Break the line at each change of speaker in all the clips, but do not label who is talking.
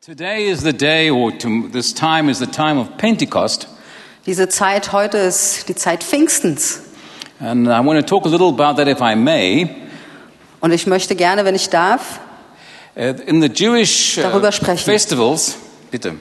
Today is the day, or to, this time is the time of Pentecost,
Diese Zeit heute ist die Zeit Pfingstens.
and I want to talk a little about that, if I may.
Und ich möchte gerne, wenn ich darf,
Uh, in the Jewish uh,
Darüber sprechen.
festivals, bitte,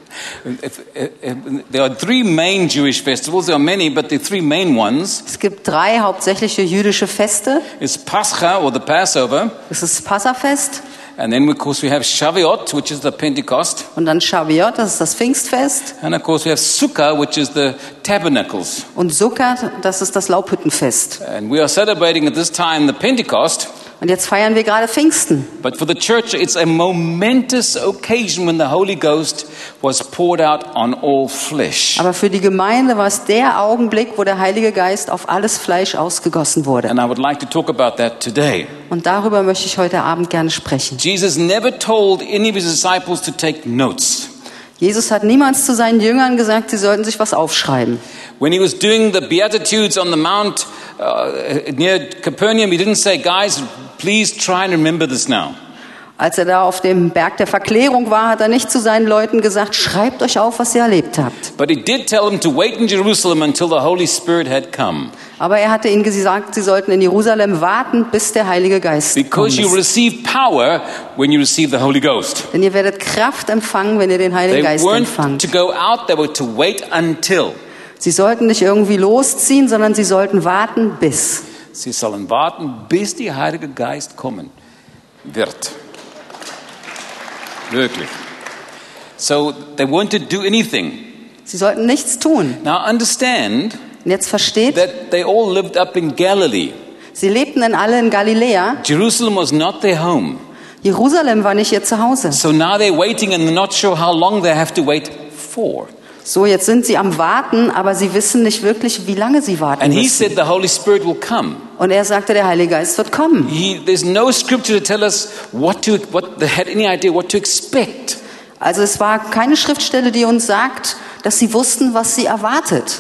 If- uh, uh, there are three main Jewish festivals. There are many, but the three main ones
es gibt drei hauptsächliche jüdische Feste.
is Pascha or the Passover,
Es ist Passafest
and then of course we have Shavuot, which is the Pentecost,
und dann Shavuot, das ist das Pfingstfest.
and of course we have Sukkah, which is the Tabernacles.
Und Sukkot, das ist das Laubhüttenfest.
And we are celebrating at this time the Pentecost.
Und jetzt feiern wir gerade Pfingsten.
But for the church, it's a momentous occasion when the Holy Ghost was poured out on all flesh.
Aber für die Gemeinde war es der Augenblick, wo der Heilige Geist auf alles Fleisch ausgegossen wurde.
And I would like to talk about that today.
Und darüber möchte ich heute Abend gerne sprechen.
Jesus never told any of his disciples to take notes.
Jesus hat niemals zu seinen Jüngern gesagt, sie sollten sich was aufschreiben.
When he was doing the Beatitudes on the Mount uh, near Capernaum, he didn't say, Guys, please try and remember this now.
Als er da auf dem Berg der Verklärung war, hat er nicht zu seinen Leuten gesagt, schreibt euch auf, was ihr erlebt habt.
But he did tell them to wait in Jerusalem until the Holy Spirit had come.
Aber er hatte ihnen gesagt, sie sollten in Jerusalem warten, bis der Heilige Geist
Because
kommt.
you receive power when you receive the Holy Ghost.
Denn ihr werdet Kraft empfangen, wenn ihr den Heiligen
They
Geist
weren't to
empfangt.
go out, they were to wait until.
Sie sollten nicht irgendwie losziehen, sondern sie sollten warten bis.
Sie sollen warten, bis der Heilige Geist kommen wird. Wirklich. So they weren't to do anything.
Sie sollten nichts tun.
Now understand
Und jetzt versteht,
that they all lived up in Galilee.
sie lebten dann alle in Galiläa.
Jerusalem was not their home.
Jerusalem war nicht ihr Zuhause.
So now they're waiting and they're not sure how long they have to wait for.
So, jetzt sind sie am Warten, aber sie wissen nicht wirklich, wie lange sie warten
And he
müssen.
said the Holy Spirit will come.
Und er sagte, der Heilige Geist wird kommen.
He, there's no scripture to tell us what to what they had any idea what to expect.
Also es war keine Schriftstelle, die uns sagt, dass sie wussten, was sie erwartet.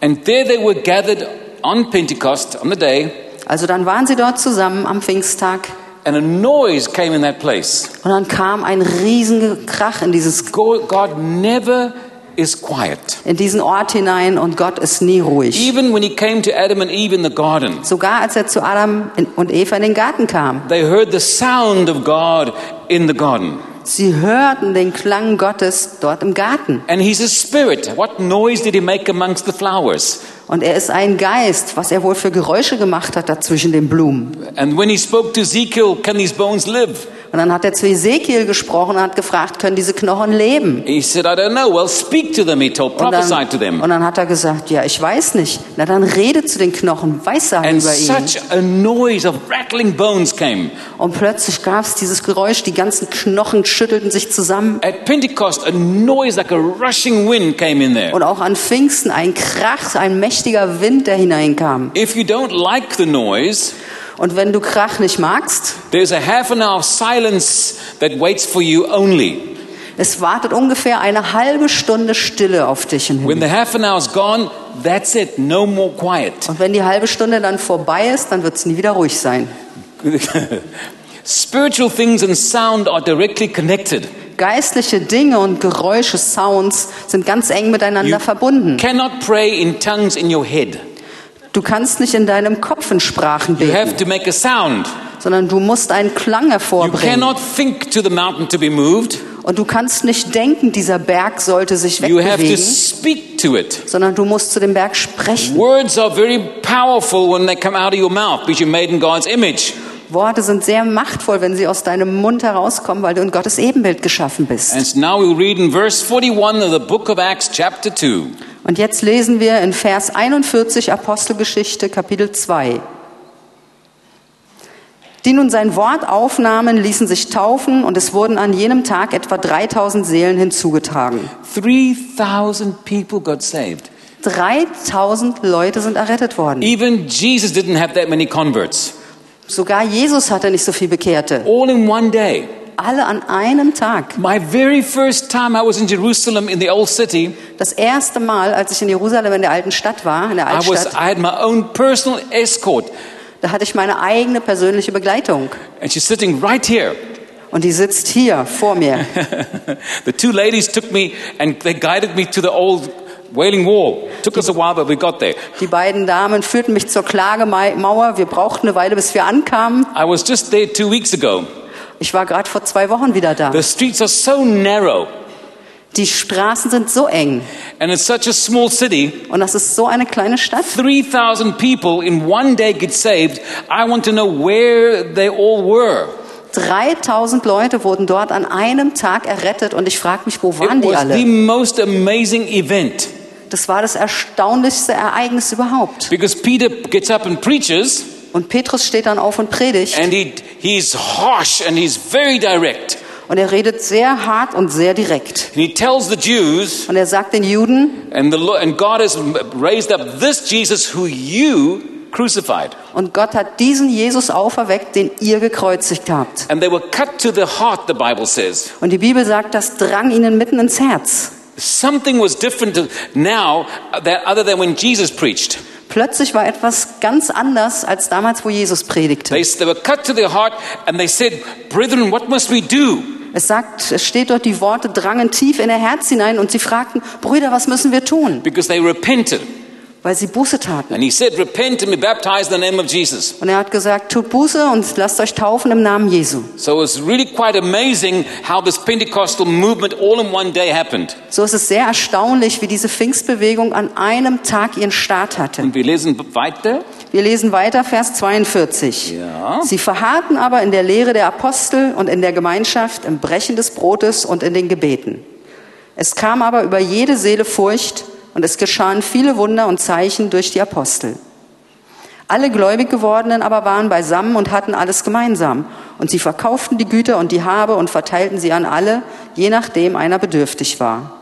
And there they were gathered on Pentecost on the day,
Also dann waren sie dort zusammen am Pfingsttag
and a noise came in that place.
und dann kam ein riesiger Krach in, dieses,
Go- God never is quiet.
in diesen Ort hinein und Gott ist nie ruhig.
Even when he came to Adam and Eve in the garden,
Sogar als er zu Adam in- und Eva in den Garten kam.
they heard the sound of God in the garden.
Sie hörten den Klang Gottes dort im Garten.
And he's a spirit. What noise did he make amongst the flowers?
Und er ist ein Geist, was er wohl für Geräusche gemacht hat da zwischen den Blumen.
And when he spoke to Ezekiel, can these bones live?
Und dann hat er zu Ezekiel gesprochen und hat gefragt, können diese Knochen leben?
He said, I don't know. Well, speak to them, he told,
Und dann,
prophesy to them.
und dann hat er gesagt, ja, ich weiß nicht. Na dann rede zu den Knochen, weissage
And
über ihn.
such a noise of rattling bones came.
Und plötzlich gab es dieses Geräusch, die ganzen Knochen schüttelten sich zusammen.
At Pentecost, a noise like a rushing wind came in there.
Und auch an Pfingsten ein Krach, ein mächtiger Wind, der hineinkam.
If you don't like the noise,
Und wenn du Krach nicht magst,
there's a half an hour of silence that waits for you only.
es wartet ungefähr eine halbe Stunde Stille auf dich im Himmel.
When the half an hour's gone, that's it, no more quiet.
Und wenn die halbe Stunde dann vorbei ist, dann wird es nie wieder ruhig sein.
Spiritual things and sound are directly connected.
Geistliche Dinge und Geräusche, Sounds sind ganz eng miteinander verbunden.
Cannot pray in tongues in your head.
Du kannst nicht in deinem Kopf in Sprachen
You
beten.
have to make a sound.
sondern du musst einen Klang
You
hervorbringen.
cannot think to the mountain to be moved.
Und du kannst nicht denken, dieser Berg sollte sich
You have to
wegbewegen,
speak to it.
sondern du musst zu dem Berg sprechen.
Words are very powerful when they come out of your mouth because you're made in God's image.
Worte sind sehr machtvoll, wenn sie aus deinem Mund herauskommen, weil du in Gottes Ebenbild geschaffen bist.
And so now we'll read in verse 41 of the book of Acts, chapter 2.
Und jetzt lesen wir in Vers 41 Apostelgeschichte Kapitel 2. Die nun sein Wort aufnahmen, ließen sich taufen und es wurden an jenem Tag etwa 3000 Seelen hinzugetragen.
3,000 people got saved.
3000 Leute sind errettet worden.
Even Jesus didn't have that many converts.
Sogar Jesus hatte nicht so viel Bekehrte.
All in one day.
Alle an einem Tag.
My very first time I was in Jerusalem in the old city,
Das erste Mal, als ich in Jerusalem in der alten Stadt war, in der
I, was,
Altstadt,
I had my own personal escort.
da hatte ich meine eigene persönliche Begleitung.
And she's sitting right here.
und die sitzt hier vor mir.
the two ladies took me and they guided me to the old Wailing Wall. Took us a while, but we got there.
Die beiden Damen führten mich zur Klagemauer. Wir brauchten eine Weile, bis wir ankamen.
I was just there two weeks ago.
Ich war gerade vor zwei Wochen wieder da.
The streets are so narrow,
Die Straßen sind so eng
and it's such a small city.
und das ist so eine kleine Stadt.
3,000 people in one day get saved. I want to know where they all were.
3000 Leute wurden dort an einem Tag errettet und ich frage mich, wo waren
It
die
was the
alle?
most amazing event
Das war das erstaunlichste Ereignis überhaupt.
because Peter gets up and preaches,
Und Petrus steht dann auf und predigt
and he, he's harsh and he's very direct.
und er redet sehr hart und sehr direkt.
And he tells the Jews,
Und er sagt den Juden
and, the, Lo- and God has raised up this Jesus who you crucified.
und Gott hat diesen Jesus auferweckt, den ihr gekreuzigt habt.
And they were cut to the heart, the Bible says.
Und die Bibel sagt, das drang ihnen mitten ins Herz.
Something was different now uh, that other than when Jesus preached.
Plötzlich war etwas ganz anders als damals, wo Jesus predigte.
They, they were cut to the heart and they said, Brethren, what must we do?
Es sagt, es steht dort, die Worte drangen tief in ihr Herz hinein und sie fragten, Brüder, was müssen wir tun?
Because they repented.
Weil sie Buße taten.
And he said, Repent and be baptized in the name of Jesus.
Und er hat gesagt, tut Buße und lasst euch taufen im Namen Jesu.
So it's really quite amazing how this Pentecostal movement all in one day happened.
So ist es sehr erstaunlich, wie diese Pfingstbewegung an einem Tag ihren Start hatte.
Und wir lesen weiter.
Wir lesen weiter, Vers 42.
Ja.
Sie verharrten aber in der Lehre der Apostel und in der Gemeinschaft, im Brechen des Brotes und in den Gebeten. Es kam aber über jede Seele Furcht und es geschahen viele Wunder und Zeichen durch die Apostel. Alle gläubig gewordenen aber waren beisammen und hatten alles gemeinsam. Und sie verkauften die Güter und die Habe und verteilten sie an alle, je nachdem einer bedürftig war.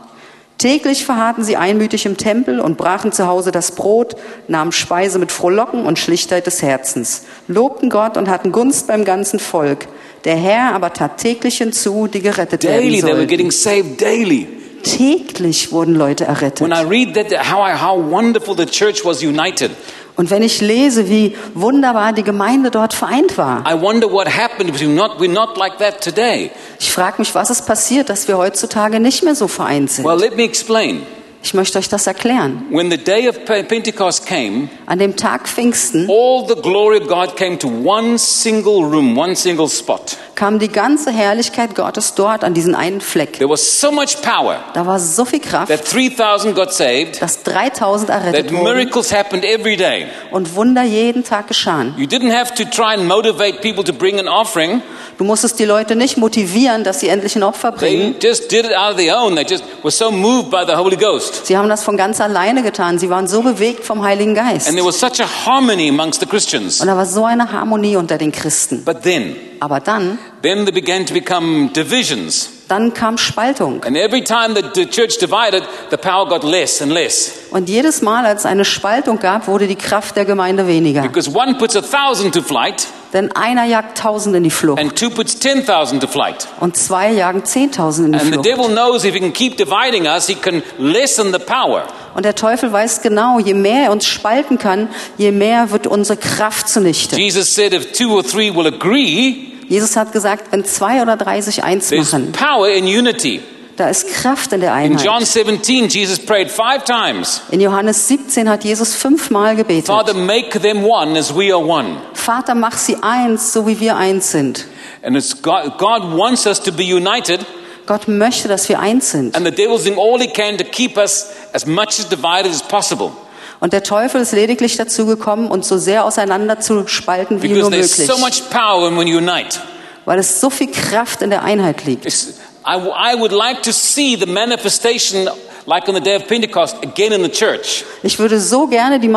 Täglich verharrten sie einmütig im Tempel und brachen zu Hause das Brot, nahmen Speise mit Frohlocken und Schlichtheit des Herzens, lobten Gott und hatten Gunst beim ganzen Volk. Der Herr aber tat täglich hinzu, die gerettet werden
Daily, they were
sollten.
getting saved daily.
Täglich wurden Leute
When
errettet.
I read that, how, I, how wonderful the church was united,
Und wenn ich lese, wie wunderbar die Gemeinde dort vereint war,
I wonder what happened because we're not, we're not like that today.
Ich frage mich, was ist passiert, dass wir heutzutage nicht mehr so vereint sind.
Well, let me explain.
Ich möchte euch das erklären.
When the day of Pe- Pentecost came,
An dem Tag Pfingsten
all the glory of God came to one single room, one single spot.
kam die ganze Herrlichkeit Gottes dort an diesen einen Fleck.
There was so much power
Da war so viel
that
Kraft,
3,000 got saved,
dass 3000
that
errettet wurden
miracles happened every day.
und Wunder jeden Tag geschahen.
You didn't have to try and motivate people to bring an offering.
Du musstest die Leute nicht motivieren, dass sie endlich ein Opfer
They
bringen.
just did it out of their own. They just were so moved by the Holy Ghost.
Sie haben das von ganz alleine getan. Sie waren so bewegt vom Heiligen Geist.
And there
Und
was such a harmony amongst the Christians.
da war so eine Harmonie unter den Christen.
But then,
Aber dann,
then there began to become divisions.
dann kam Spaltung.
And every time that the church divided, the power got less and less.
Und jedes Mal, als es eine Spaltung gab, wurde die Kraft der Gemeinde weniger.
Because one puts a thousand to flight,
Denn einer jagt tausend in die Flucht
and two puts 10,000 to flight.
und zwei jagen zehntausend in die
And the
Flucht.
devil knows if he can keep dividing us, he can lessen the power.
Und der Teufel weiß genau, je mehr er uns spalten kann, je mehr wird unsere Kraft zunichte.
Jesus said, if two or three will agree,
Jesus hat gesagt, wenn zwei oder drei sich eins
there's
machen,
power in unity.
da ist Kraft in der
In John
Einheit.
17, Jesus prayed five times
In Johannes 17 hat Jesus fünfmal
Father,
gebetet.
make them one as we are one.
Vater, mach sie eins, so wie wir eins sind.
And it's God, God wants us to be united,
Gott möchte, dass wir eins sind.
and the devil's doing all he can to keep us as much as divided as possible.
Und der Teufel ist lediglich dazu gekommen, uns so sehr auseinander zu spalten, wie
Because
nur
there's
möglich.
so much power when we unite.
Weil es so viel Kraft in der Einheit liegt.
It's, I, w- I would like to see the manifestation, like on the day of Pentecost, again in the church.
Ich würde so gerne die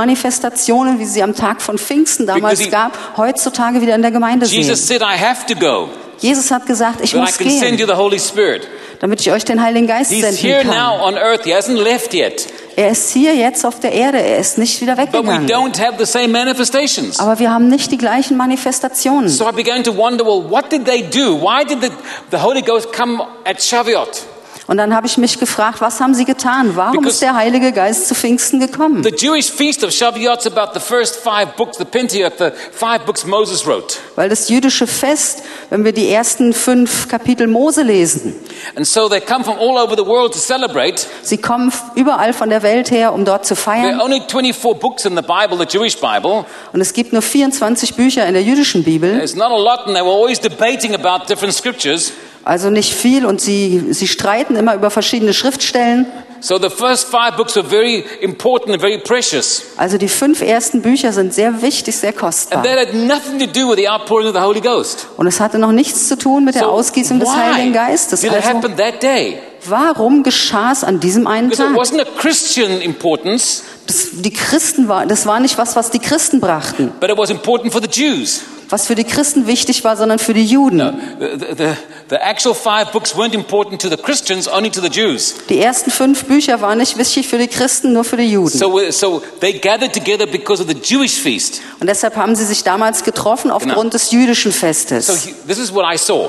Manifestationen, wie sie am Tag von Pfingsten damals
Because he-
gab, heutzutage wieder in der Gemeinde
Jesus
sehen.
said, I have to go,
Jesus hat gesagt, ich
but I
muss
can send you
gehen,
the Holy Spirit.
damit ich euch den Heiligen Geist
He's here
senden
now
kann.
on earth. He hasn't left yet.
Er ist hier jetzt auf der Erde, er ist nicht wieder
But we
weggegangen.
don't have the same manifestations.
Aber wir haben nicht die gleichen Manifestationen.
So I began to wonder, well, what did they do? Why did the, the Holy Ghost come at Shavuot?
Und dann habe ich mich gefragt, was haben sie getan? Warum
Because-
ist der Heilige Geist zu Pfingsten gekommen?
The Jewish feast of Shavuot is about the first five books, the Pentateuch, the five books Moses wrote.
Weil das jüdische Fest, wenn wir die ersten fünf Kapitel Mose lesen,
And so they come from all over the world to celebrate.
sie kommen f- überall von der Welt her, um dort zu
There are
feiern.
only 24 books in the Bible, the Jewish Bible.
Und es gibt nur 24 Bücher in der jüdischen Bibel,
It's not a lot, and they were always debating about different scriptures.
also nicht viel. Und sie, sie streiten immer über verschiedene Schriftstellen.
So the first five books are very important and very precious.
Also die fünf ersten Bücher sind sehr wichtig, sehr
And
kostbar.
that had nothing to do with the outpouring of the Holy Ghost.
Und es hatte noch nichts zu tun mit der Ausgießung des
why
Heiligen Geistes.
did it
Also,
happen that day?
warum geschah es an diesem einen
Because it
Tag?
wasn't a Christian importance,
Das, die Christen war, das war nicht was, was die Christen brachten,
but it was important for the Jews. Uh,
was für die Christen wichtig war, sondern für die Juden.
The, the, the, the actual five books weren't important to the Christians, only to the Jews.
Die ersten fünf Bücher waren nicht wichtig für die Christen, nur für die Juden.
So, we- so they gathered together because of the Jewish feast.
Und deshalb haben sie sich damals getroffen aufgrund
Genau.
des jüdischen
So
Festes.
he- this is what I saw.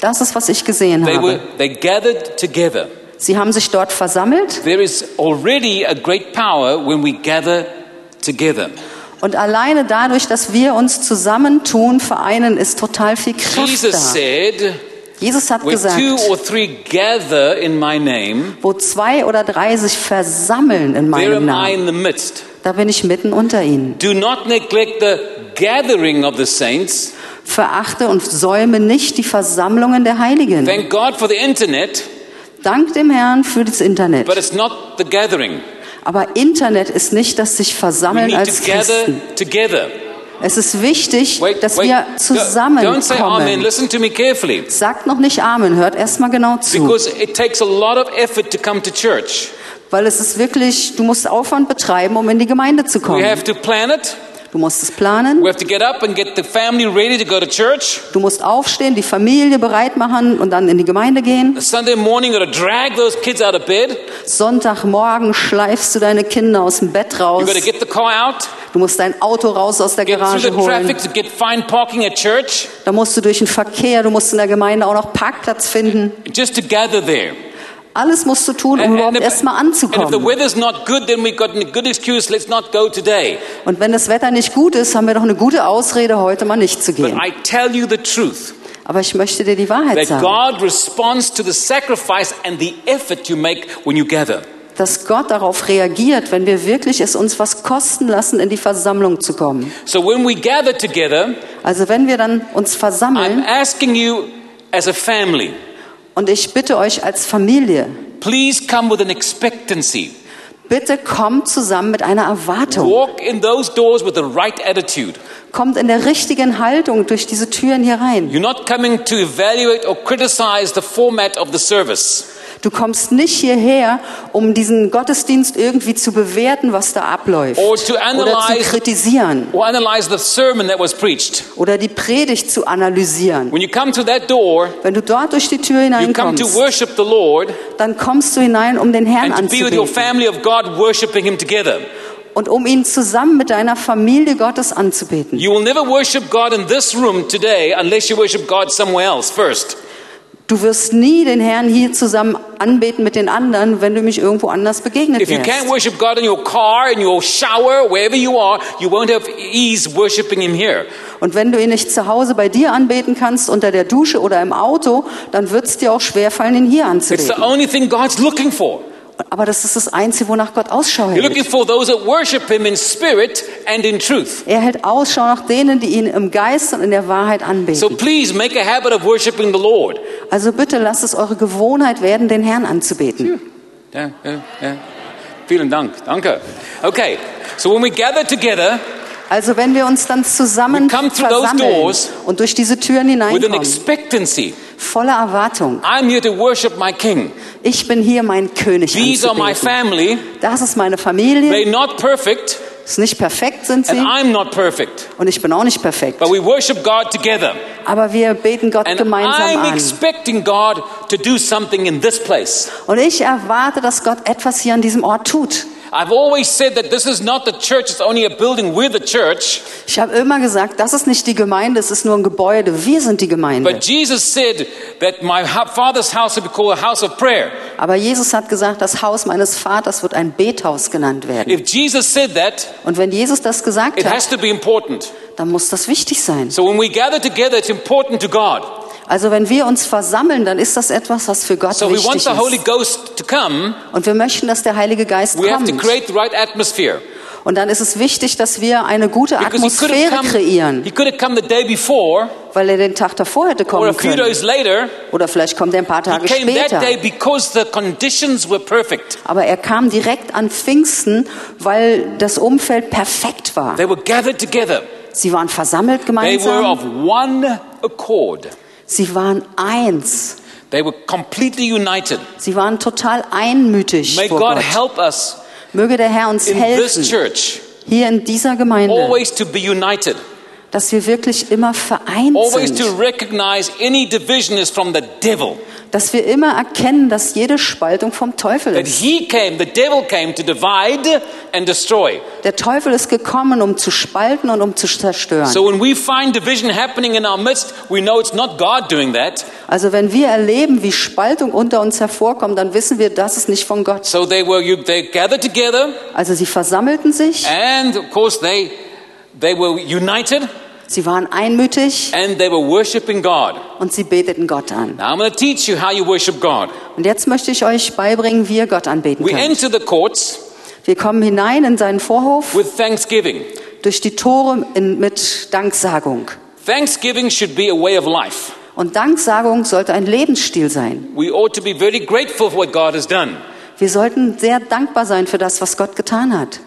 Das ist, was ich gesehen
They were
habe.
they gathered together.
Sie haben sich dort versammelt
There is already a great power when we gather together.
und alleine dadurch, dass wir uns zusammentun, vereinen, ist total viel Kraft
Jesus
da.
said,
Jesus hat
"Where
gesagt,
two or three gather in my name,
wo zwei oder drei sich versammeln
there
in
am
meinem
I
Namen,
in the midst."
da bin ich mitten unter ihnen.
Do not neglect the gathering of the saints.
Verachte und säume nicht die Versammlungen der Heiligen.
Thank God for the internet,
Dank dem Herrn für das Internet.
but it's not the gathering.
Aber Internet ist nicht das sich
We
versammeln
need
als
to gather
Christen.
together.
Es ist wichtig,
Wait,
dass
wait.
wir
Don't say amen.
zusammenkommen.
Listen to me carefully.
Sagt noch nicht Amen, hört erst mal genau zu.
Because it takes a lot of effort to come to church.
Weil es ist wirklich, du musst Aufwand betreiben, um in die Gemeinde zu
We
kommen.
have to plan it.
Du musst es planen,
We have to get up and get the family ready to go to church.
du musst aufstehen, die Familie bereit machen und dann in die Gemeinde gehen.
Sunday morning, you got to drag those kids out of bed.
Sonntagmorgen schleifst du deine Kinder aus dem Bett
You
raus.
got to get the car out,
Du musst dein Auto raus aus der
get through
Garage
the
holen.
traffic to get fine parking at church,
Da musst du durch den Verkehr, du musst in der Gemeinde auch noch Parkplatz finden.
just to gather there.
Alles musst du tun, um überhaupt
if,
erstmal
and if the
anzukommen.
weather's not good, then we've got a good excuse. Let's not go today.
Und wenn das Wetter nicht gut ist, haben wir doch eine gute Ausrede, heute mal nicht zu
But
gehen.
I tell you the truth
Aber ich möchte dir die Wahrheit
that
sagen,
God responds to the sacrifice and the effort you make when you gather.
dass Gott darauf reagiert, wenn wir wirklich es uns was kosten lassen, in die Versammlung zu kommen.
So when we gather together,
Also wenn wir dann uns
I'm
versammeln
asking you as a family,
und ich bitte euch als Familie,
please come with an expectancy.
bitte kommt zusammen mit einer Erwartung.
Walk in those doors with the right attitude.
Kommt in der richtigen Haltung durch diese Türen hier rein.
You're not coming to evaluate or criticize the format of the service.
Du kommst nicht hierher, um diesen Gottesdienst irgendwie zu bewerten, was da abläuft.
Or to
Oder zu
analyze-
kritisieren.
Or analyze the sermon that was preached.
Oder die Predigt zu analysieren.
When you come to that door,
Wenn du dort durch die Tür
you come to
hineinkommst,
worship the Lord
dann kommst du hinein, um den Herrn
and to be with your
anzubeten
family of God, worshiping Him together.
und um ihn zusammen mit deiner Familie Gottes anzubeten.
You will never worship God in this room today unless you worship God somewhere else first.
Du wirst nie den Herrn hier zusammen anbeten mit den anderen, wenn du mich irgendwo anders begegnet
If you can't
wärst.
worship God in your car, in your shower, wherever you are, you won't have ease worshiping Him here.
Und wenn du ihn nicht zu Hause bei dir anbeten kannst, unter der Dusche oder im Auto, dann wird es dir auch schwerfallen, ihn hier
It's the
anzubeten.
only thing God's looking for.
Aber das ist das Einzige, wonach Gott Ausschau
You're looking
hält.
for those that worship Him in spirit and in truth.
Er hält Ausschau nach denen, die ihn im Geist und in der Wahrheit
So
anbeten.
please make a habit of worshiping the Lord.
Also bitte lasst es eure Gewohnheit werden, den Herrn anzubeten.
Yeah, yeah, yeah. Vielen Dank. Danke. Okay. So when we gather together
Also wenn wir uns dann
We
zusammen
come through those
versammeln
doors
und durch diese Türen
with an
hineinkommen,
expectancy,
voller Erwartung.
I'm here to worship my King.
Ich bin hier, mein König
These are my
anzubeten.
family.
Das ist meine Familie.
They're not perfect,
Ist nicht perfekt sind
and
sie
I'm not perfect.
und ich bin auch nicht perfekt.
But we worship God together.
Aber wir beten Gott
And
gemeinsam
I'm
an.
expecting God to do something in this place.
Und ich erwarte, dass Gott etwas hier an diesem Ort tut.
I've always said that this is not the church, it's only a building. We're the church.
Ich habe immer gesagt, das ist nicht die Gemeinde, es ist nur ein Gebäude. Wir sind die Gemeinde.
But Jesus said that my ha- Father's house will be called a house of prayer.
Aber Jesus hat gesagt, das Haus meines Vaters wird ein Bethaus genannt werden.
If Jesus said that,
Und wenn Jesus das gesagt
it
hat,
has to be important.
dann muss das wichtig sein.
So when we gather together, it's important to God.
Also wenn wir uns versammeln, dann ist das etwas, was für Gott
So we want
wichtig
the Holy
ist.
Ghost to come.
Und wir möchten, dass der Heilige Geist
We have to
kommt.
create the right atmosphere.
Und dann ist es wichtig, dass wir eine gute
he could
Atmosphäre
have come,
kreieren,
he could have come the day before
weil er den Tag davor hätte
or a
kommen
few
können.
days later.
Oder vielleicht kommt er ein paar Tage
He came that
später.
day because the conditions were perfect.
Aber er kam direkt an Pfingsten, weil das Umfeld perfekt war.
They were gathered together.
Sie waren versammelt
They were
gemeinsam.
of one accord.
Sie waren eins.
They were completely united.
Sie waren total einmütig
May
vor
God
Gott.
help us
Möge der Herr uns
in this
helfen,
church
hier in dieser Gemeinde,
always to be united,
dass wir wirklich immer vereint
always to
sind.
recognize any division is from the devil.
Dass wir immer erkennen, dass jede Spaltung vom Teufel
That
ist.
he came, the devil came to divide and destroy.
Der Teufel ist gekommen, um zu spalten und um zu zerstören.
So when we find division happening in our midst, we know it's not God doing that.
Also wenn wir erleben, wie Spaltung unter uns hervorkommt, dann wissen wir, das ist nicht von Gott.
So they were you, they gathered together,
Also sie versammelten sich,
and of course they they were united,
sie waren einmütig
and they were worshiping God.
und sie beteten Gott an.
Now I'm going to teach you how you worship God.
Und jetzt möchte ich euch beibringen, wie ihr Gott anbeten
We
könnt.
enter the courts
Wir kommen hinein in seinen Vorhof
with thanksgiving.
durch die Tore in, mit Danksagung.
Thanksgiving should be a way of life.
Und Danksagung sollte ein Lebensstil sein.
We ought to be very grateful for what God has done.
Wir sollten sehr dankbar sein für das, was Gott getan hat.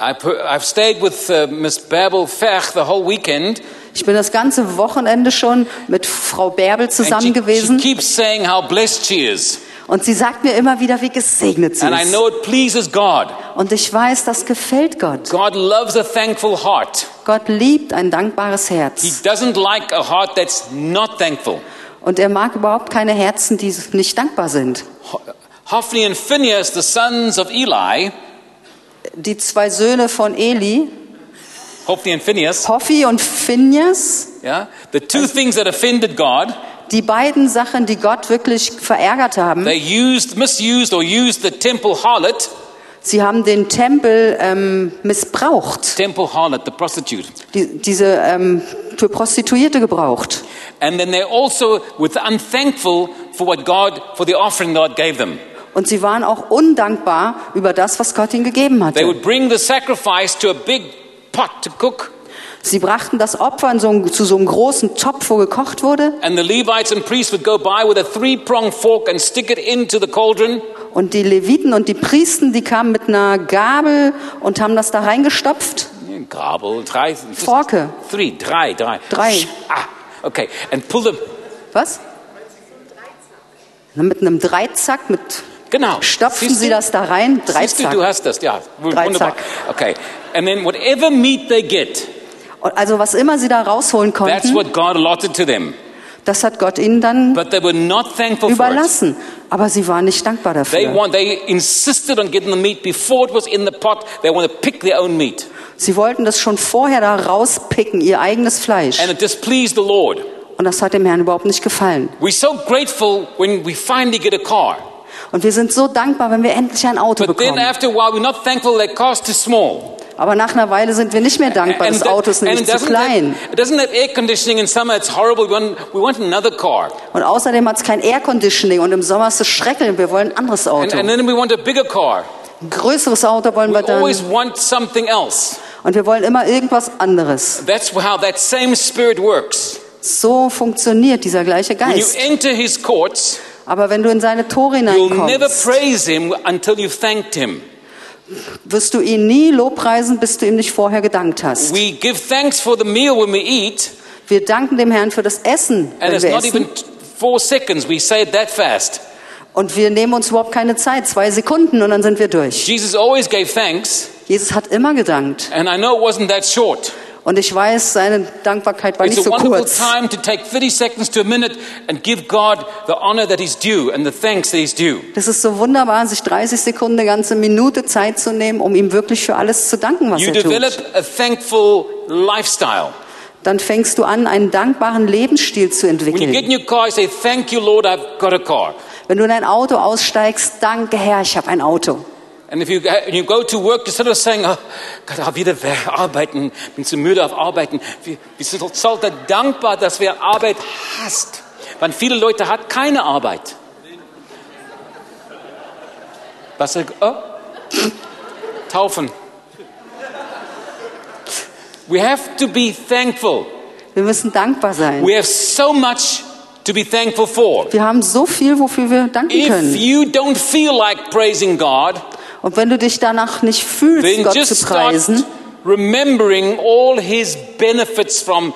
I per- I've stayed with uh, Miss Babel Fech the whole weekend.
Ich bin das ganze Wochenende schon mit Frau Bärbel
and
zusammen
she, she
gewesen
keeps saying how blessed she is.
und sie sagt mir immer wieder, wie gesegnet sie
And I
ist.
know it pleases God.
Und ich weiß, das gefällt Gott.
God loves a thankful heart.
Gott liebt ein dankbares
He
Herz.
doesn't like a heart that's not thankful.
Und er mag überhaupt keine Herzen, die nicht dankbar sind.
Ho- Hophni and Phineas, the sons of Eli,
Die zwei Söhne von Eli,
Hophni and Phineas,
Hoffi und Phineas,
yeah, the two things that offended God,
die beiden Sachen, die Gott wirklich verärgert haben,
they used, misused, or used the temple harlot,
sie haben den Tempel ähm, missbraucht,
temple harlot, the prostitute,
die, diese ähm, für Prostituierte gebraucht.
and then they also were unthankful for what God, for the offering God gave them.
Und sie waren auch undankbar über das, was Gott ihnen gegeben
They
hatte.
would bring the sacrifice to a big pot to cook,
Sie brachten das Opfer in so einem, zu so einem großen Topf, wo gekocht wurde.
and the Levites and priests would go by with a three-pronged fork and stick it into the cauldron.
Und die Leviten und die Priesten, die kamen mit einer Gabel und haben das da reingestopft.
Gabel, drei,
Forke.
Three, drei, drei.
Drei.
Sch- Ah, okay. And pull them.
Was? Na, Mit einem Dreizack, mit
Genau.
stopfen
Siehst
sie
du?
das da rein,
Siehst du, du
Dreizack.
hast das, ja. W-
Dreizack.
Wunderbar. Okay. And then whatever meat they get,
Und Also was immer sie da rausholen
that's
konnten,
what God allotted to them.
das hat Gott ihnen dann
But they were not thankful for it.
überlassen. Aber sie waren nicht dankbar
They
dafür.
want, they insisted on getting the meat before it was in the pot. They want to pick their own meat.
Sie wollten das schon vorher da rauspicken, ihr eigenes Fleisch.
And it displeased the Lord.
Und das hat dem Herrn überhaupt nicht gefallen.
We're so grateful when we finally get a car.
Und wir sind so dankbar, wenn wir endlich ein Auto
But then
bekommen.
after a while, we're not thankful that cost too small.
Aber nach einer Weile sind wir nicht mehr dankbar. Das
it do-
Auto ist
and
nämlich
it
zu
doesn't,
klein.
Have, it doesn't have air conditioning in summer. It's horrible. We want, we want another car.
Und außerdem hat es kein Airconditioning und im Sommer ist es schrecklich. Wir wollen ein anderes
And,
Auto.
and
Ein
then we want a bigger car.
größeres Auto wollen
We
wir dann.
always want something else.
Und wir wollen immer irgendwas anderes.
That's how that same spirit works.
So funktioniert dieser gleiche
When you
Geist.
enter his courts,
Aber wenn du in seine Tore
you'll never
hineinkommst,
praise him until you've thanked him.
wirst du ihn nie lobpreisen, bis du ihm nicht vorher gedankt hast.
We give thanks for the meal when we eat,
Wir danken dem Herrn für das Essen,
and
wenn
it's
wir
not
essen.
even t- four seconds. We say it that fast.
Und wir nehmen uns überhaupt keine Zeit, zwei Sekunden und dann sind wir durch.
Jesus always gave thanks,
Jesus hat immer gedankt.
and I know it wasn't that short.
Und ich weiß, seine Dankbarkeit war
It's
nicht
a
so
wonderful
kurz.
time to take 30 seconds to a minute and give God the honor that He's due and the thanks that He's due.
Das ist so wunderbar, sich 30 Sekunden, eine ganze Minute Zeit zu nehmen, um ihm wirklich für alles zu danken, was
You
er tut.
develop a thankful lifestyle.
Dann fängst du an, einen dankbaren Lebensstil zu
When you get
entwickeln.
in your car, you say, Thank you, Lord, I've got a car.
Wenn du in ein Auto aussteigst, danke Herr, ich habe ein Auto.
And if you, uh, and you go to work, instead of saying, oh, Gott, ah, wieder wer- arbeiten, bin zu müde auf Arbeiten. Wir, wir sind doch sollte dankbar, dass wir Arbeit hast. Weil viele Leute hat keine Arbeit. Was, sag- oh, taufen. We have to be thankful.
Wir müssen dankbar sein.
We have so much to be thankful for.
Wir haben so viel, wofür wir danken
If
können.
you don't feel like praising God,
Und wenn du dich danach nicht fühlst,
then
Gott
just
zu
start
preisen,
remembering all his benefits from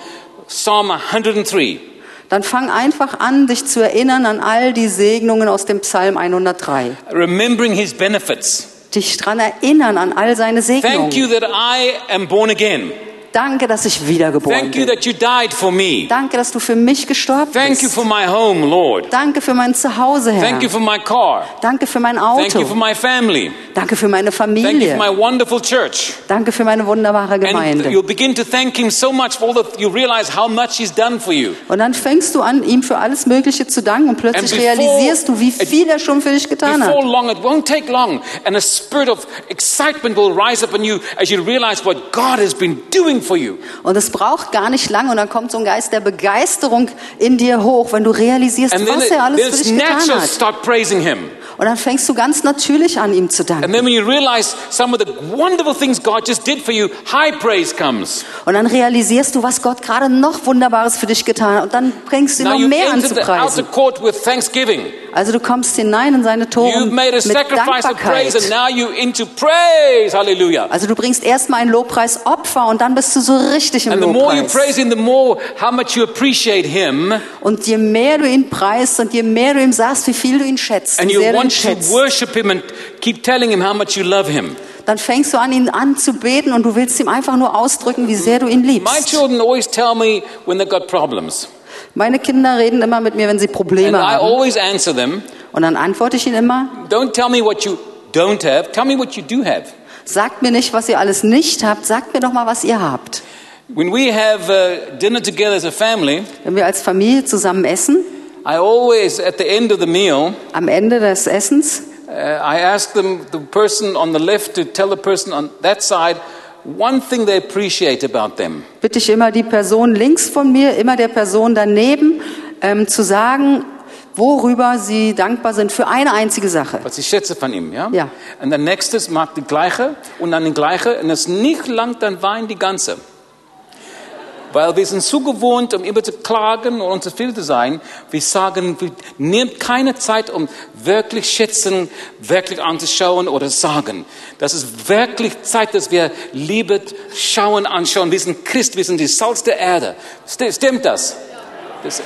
Psalm 103.
dann fang einfach an, dich zu erinnern an all die Segnungen aus dem Psalm 103.
Remembering his benefits.
Dich daran erinnern an all seine
Thank you
Segnungen.
that I am born again.
Danke, dass ich wiedergeboren
Thank you
bin.
that you died for me.
Danke, dass du für mich gestorben
Thank you
bist.
for my home, Lord.
Danke für mein Zuhause, Herr.
Thank you for my car.
Danke für mein
Thank you for
Auto.
my family.
Danke für meine
Thank you for
Familie.
my wonderful church.
Danke für meine wunderbare
And
Gemeinde.
you'll begin to thank him so much for all the, you realize how much he's done for you.
Und dann fängst du an, ihm für alles Mögliche zu danken und plötzlich
And before-
realisierst du, wie viel er schon für dich getan
Before
hat.
long, it won't take long, and a spirit of excitement will rise up in you as you realize what God has been doing for you.
Und es braucht gar nicht lange und dann kommt so ein Geist der Begeisterung in dir hoch, wenn du realisierst,
And then,
was
it,
er alles
then
für
it's
dich getan
natural to
hat.
start praising Him.
Und dann fängst du ganz natürlich an, ihm zu
And
danken.
then when you realize some of the wonderful things God just did for you, high praise comes.
Und dann realisierst du, was Gott gerade noch Wunderbares für dich getan hat. Und dann fängst du ihn
Now
noch
you
mehr an
enter
zu
the outer
preisen.
court with thanksgiving.
Also du kommst hinein in seine Tore
You've made a
Um mit
sacrifice of praise, and
Dankbarkeit.
now you into praise. Hallelujah.
Also du bringst erstmal ein Lobpreis Opfer und dann bist du so richtig im
And the more you
Lobpreis.
praise Him, the more how much you appreciate Him,
Und je mehr du ihn preist und je mehr du ihm sagst, wie viel du ihn schätzt,
and
wie
you
sehr du ihn
want to
schätzt,
worship Him and keep telling Him how much you love Him.
dann fängst du an, ihn anzubeten und du willst ihm einfach nur ausdrücken, wie sehr du ihn
My
liebst.
children always tell me when they've got problems.
Meine Kinder reden immer mit mir, wenn sie
And
Probleme
I
haben.
always answer them
Und dann antworte ich ihnen immer,
don't tell me what you don't have, tell me what you do have.
sagt mir nicht, was ihr alles nicht habt, sagt mir doch mal, was ihr habt.
When we have uh, dinner together as a family,
Wenn wir als Familie zusammen essen,
I always, at the end of the meal,
am Ende des Essens,
uh, I ask them, the person on the left, to tell the person on that side one thing they appreciate about them.
bitte ich immer die Person links von mir, immer der Person daneben, ähm, zu sagen, worüber sie dankbar sind für eine einzige Sache.
Was ich schätze von ihm, ja?
Ja.
Und der nächste macht die gleiche und dann die gleiche und es nicht lang, dann weinen die ganze. Weil wir sind so gewohnt, um immer zu klagen und zu viel zu sein. Wir sagen, wir nehmen keine Zeit, um wirklich schätzen, wirklich anzuschauen oder sagen. Das ist wirklich Zeit, dass wir Liebe schauen, anschauen. Wir sind Christ, wir sind die Salz der Erde. St- Stimmt das? das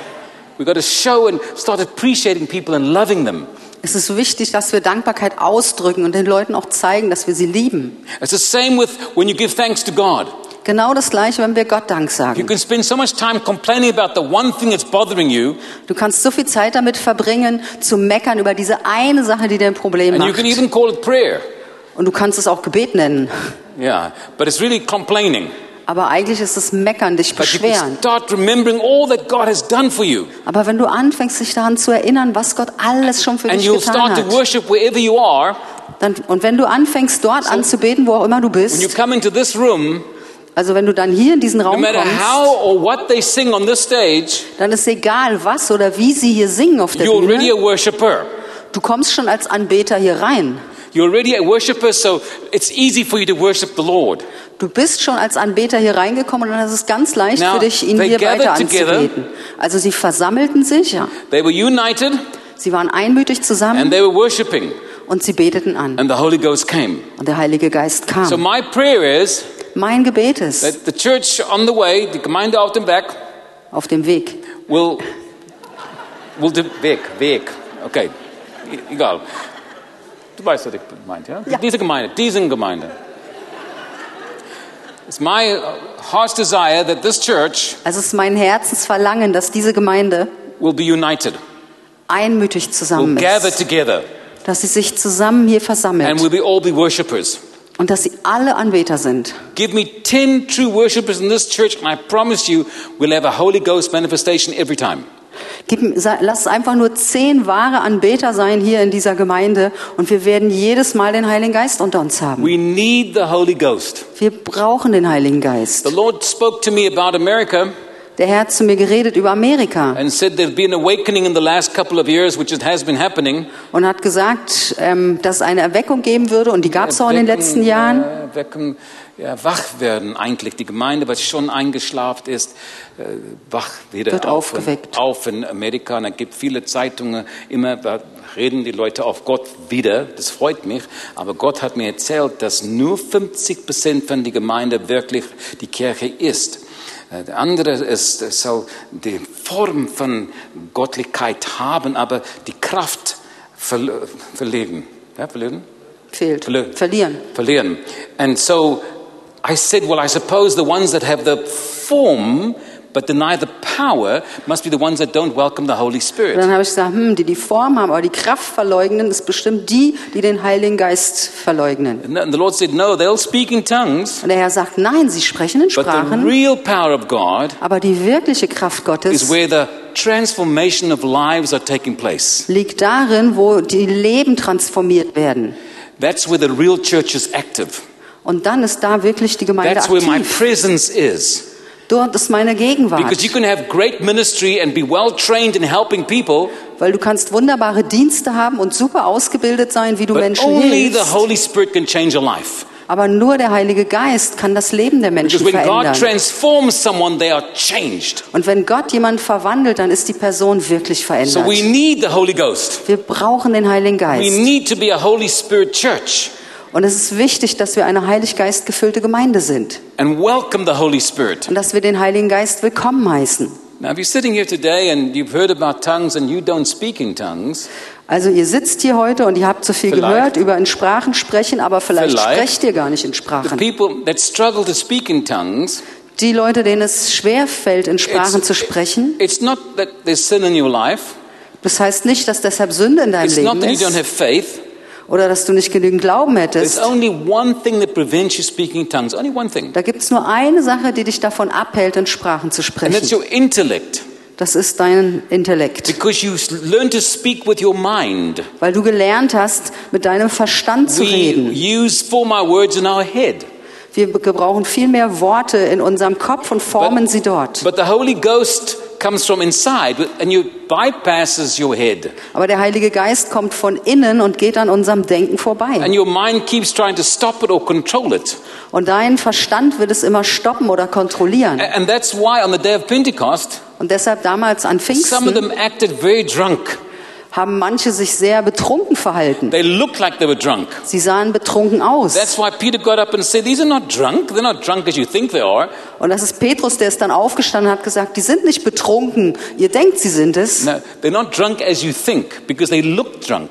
we got to show and start appreciating people and loving them.
Es ist wichtig, dass wir Dankbarkeit ausdrücken und den Leuten auch zeigen, dass wir sie lieben.
It's the same with when you give thanks to God.
Genau das Gleiche, wenn wir Gott Dank
You
sagen.
can spend so much time complaining about the one thing that's bothering you,
Du kannst so viel Zeit damit verbringen, zu meckern über diese eine Sache, die dir ein Problem
and you can
macht.
even call it prayer.
Und du kannst es auch Gebet nennen.
Yeah, but it's really complaining.
Aber eigentlich ist es Meckern, dich
But you can
beschweren.
start remembering all that God has done for you,
Aber wenn du anfängst, dich daran zu erinnern, was Gott alles schon für
and
dich
you'll
getan
start to
hat,
worship wherever you are.
dann, und wenn du anfängst, dort anzubeten, wo auch immer du
When you
bist,
come into this room,
also wenn du dann hier in diesen
no
Raum
matter
kommst,
how or what they sing on this stage,
dann ist egal, was oder wie sie hier singen auf der
you're already a
Bühne,
worshiper.
du kommst schon als Anbeter hier rein.
You're already a worshiper, so it's easy for you to worship the Lord.
Du bist schon als Anbeter hier reingekommen und dann ist es ganz leicht
Now,
für dich, ihn
they
hier weiter
gathered together.
anzubeten. Also sie versammelten sich, ja.
They were united
sie waren einmütig
and
zusammen
they were worshiping,
und sie beteten an.
and the Holy Ghost came.
Und der Heilige Geist
So
kam.
my prayer is
Mein Gebet ist
that the church on the way, the Gemeinde auf dem Berg,
auf dem Weg.
will will de Weg, Weg. Okay. E- Egal. Du weißt, was ich meinte, ja?
Ja.
Diese Gemeinde, diesen Gemeinde. It's my uh, heart's desire that this church
Also es ist mein Herzensverlangen, dass diese Gemeinde
will be united,
einmütig
will
zusammen
gather
ist,
together,
dass sie sich zusammen hier
and
versammelt
we'll be all be worshippers.
und dass sie alle Anbeter sind.
Give me 10 true worshippers in this church, and I promise you we'll have a Holy Ghost manifestation every time.
Gib, sa- lass es einfach nur zehn wahre Anbeter sein hier in dieser Gemeinde und wir werden jedes Mal den Heiligen Geist unter uns haben.
We need the Holy Ghost.
Wir brauchen den Heiligen Geist.
The Lord spoke to me about America
Der Herr hat zu mir geredet über Amerika
and said there's been an awakening in the last couple of years, which it has been happening.
und hat gesagt, ähm, dass es eine Erweckung geben würde und die gab es auch in den letzten Jahren.
Äh, Wecken, ja, wach werden eigentlich. Die Gemeinde, was schon eingeschlafen ist, äh, wach wieder
Wird
auf, und
aufgeweckt.
auf in Amerika. Und es gibt viele Zeitungen, immer da reden die Leute auf Gott wieder. Das freut mich. Aber Gott hat mir erzählt, dass nur 50 Prozent von der Gemeinde wirklich die Kirche ist. Äh, Der andere ist, es soll die Form von Gottlichkeit haben, aber die Kraft verl- verlegen. Ja, verlegen?
Fehlt.
Verlieren.
Verlieren.
Verlieren. And so I said, well, I suppose the ones that have the form but deny the power must be the ones that don't welcome the Holy
Und
Spirit.
dann habe ich gesagt, hm, die die Form haben, aber die Kraft verleugnen, ist bestimmt die, die den Heiligen Geist verleugnen.
And the Lord said, no, they'll speak in tongues,
Und der Herr sagt, nein, sie sprechen in
but the
Sprachen,
real power of God
aber die wirkliche Kraft
is
Gottes
where the transformation of lives are taking place.
liegt darin, wo die Leben transformiert werden.
That's where the real church is active.
Und dann ist da wirklich die Gemeinde
That's where my
aktiv.
presence is.
Dort ist meine Gegenwart.
Because you can have great ministry and be well trained in helping people,
Weil du kannst wunderbare Dienste haben und super ausgebildet sein, wie du
but
Menschen
only the
hilfst.
Holy Spirit can change a life.
Aber nur der Heilige Geist kann das Leben der Menschen
Because when God
verändern.
transforms someone, they are changed.
Und wenn Gott jemanden verwandelt, dann ist die Person wirklich
So
verändert.
we need the Holy Ghost.
Wir brauchen den Heiligen
We
Geist.
need to be a Holy Spirit church
Und es ist wichtig, dass wir eine Heiliggeist gefüllte Gemeinde sind
and welcome the Holy Spirit.
und dass wir den Heiligen Geist willkommen heißen.
Now, if you're sitting here today and you've heard about tongues and you don't speak in tongues,
Also ihr sitzt hier heute und ihr habt so viel
Vielleicht.
gehört über in Sprachen sprechen, aber vielleicht,
Vielleicht.
sprecht ihr gar nicht in
the
Sprachen.
people that struggle to speak in tongues,
Die Leute, denen es schwer fällt, in Sprachen zu sprechen,
it's not that there's sin in your life,
das heißt nicht, dass deshalb Sünde in deinem
it's not
Leben
that you don't
ist
have faith.
oder dass du nicht genügend Glauben
There's
hättest.
only one thing that prevents you speaking in tongues, only one thing,
Da gibt es nur eine Sache, die dich davon abhält, in Sprachen zu
and that's
sprechen.
your intellect.
Das ist dein Intellekt,
Because you learn to speak with your mind.
weil du gelernt hast, mit deinem Verstand zu
We
reden.
use form our words in our head.
Wir gebrauchen viel mehr Worte in unserem Kopf und formen sie dort.
But the Holy Ghost comes from inside and you bypasses your head.
Aber der Heilige Geist kommt von innen und geht an unserem Denken vorbei.
And your mind keeps trying to stop it or control it.
Und dein Verstand wird es immer stoppen oder kontrollieren.
A- And that's why on the day of Pentecost,
Und deshalb damals an
some of
Pfingsten
them acted very drunk.
haben manche sich sehr betrunken verhalten.
They looked like they were drunk.
Sie sahen betrunken
That's
aus.
why Peter got up and said, These are not drunk. They're not drunk as you think they are.
Und das ist Petrus, der ist dann aufgestanden und hat gesagt, die sind nicht betrunken. Ihr denkt, sie sind es.
No, they're not drunk as you think because they look drunk.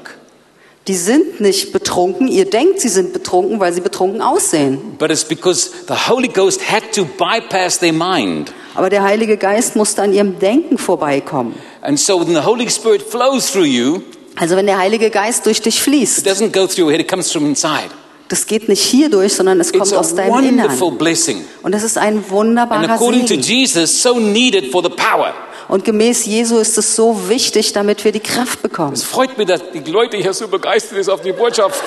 Die sind nicht betrunken. Ihr denkt, sie sind betrunken, weil sie betrunken aussehen.
But it's because the Holy Ghost had to bypass their mind.
Aber der Heilige Geist musste an ihrem Denken vorbeikommen.
And so when the Holy Spirit flows through you,
Also wenn der Heilige Geist durch dich
it
fließt,
doesn't go through your head, it comes from inside.
das geht nicht hier durch, sondern es kommt
It's
aus
a
deinem
wonderful
Innern.
blessing.
Und das ist ein
And
wunderbarer
according to
Segen.
Jesus, so needed for the power.
Und gemäß Jesu ist es so wichtig, damit wir die Kraft bekommen.
Es freut mich, dass die Leute hier so begeistert sind auf die Botschaft.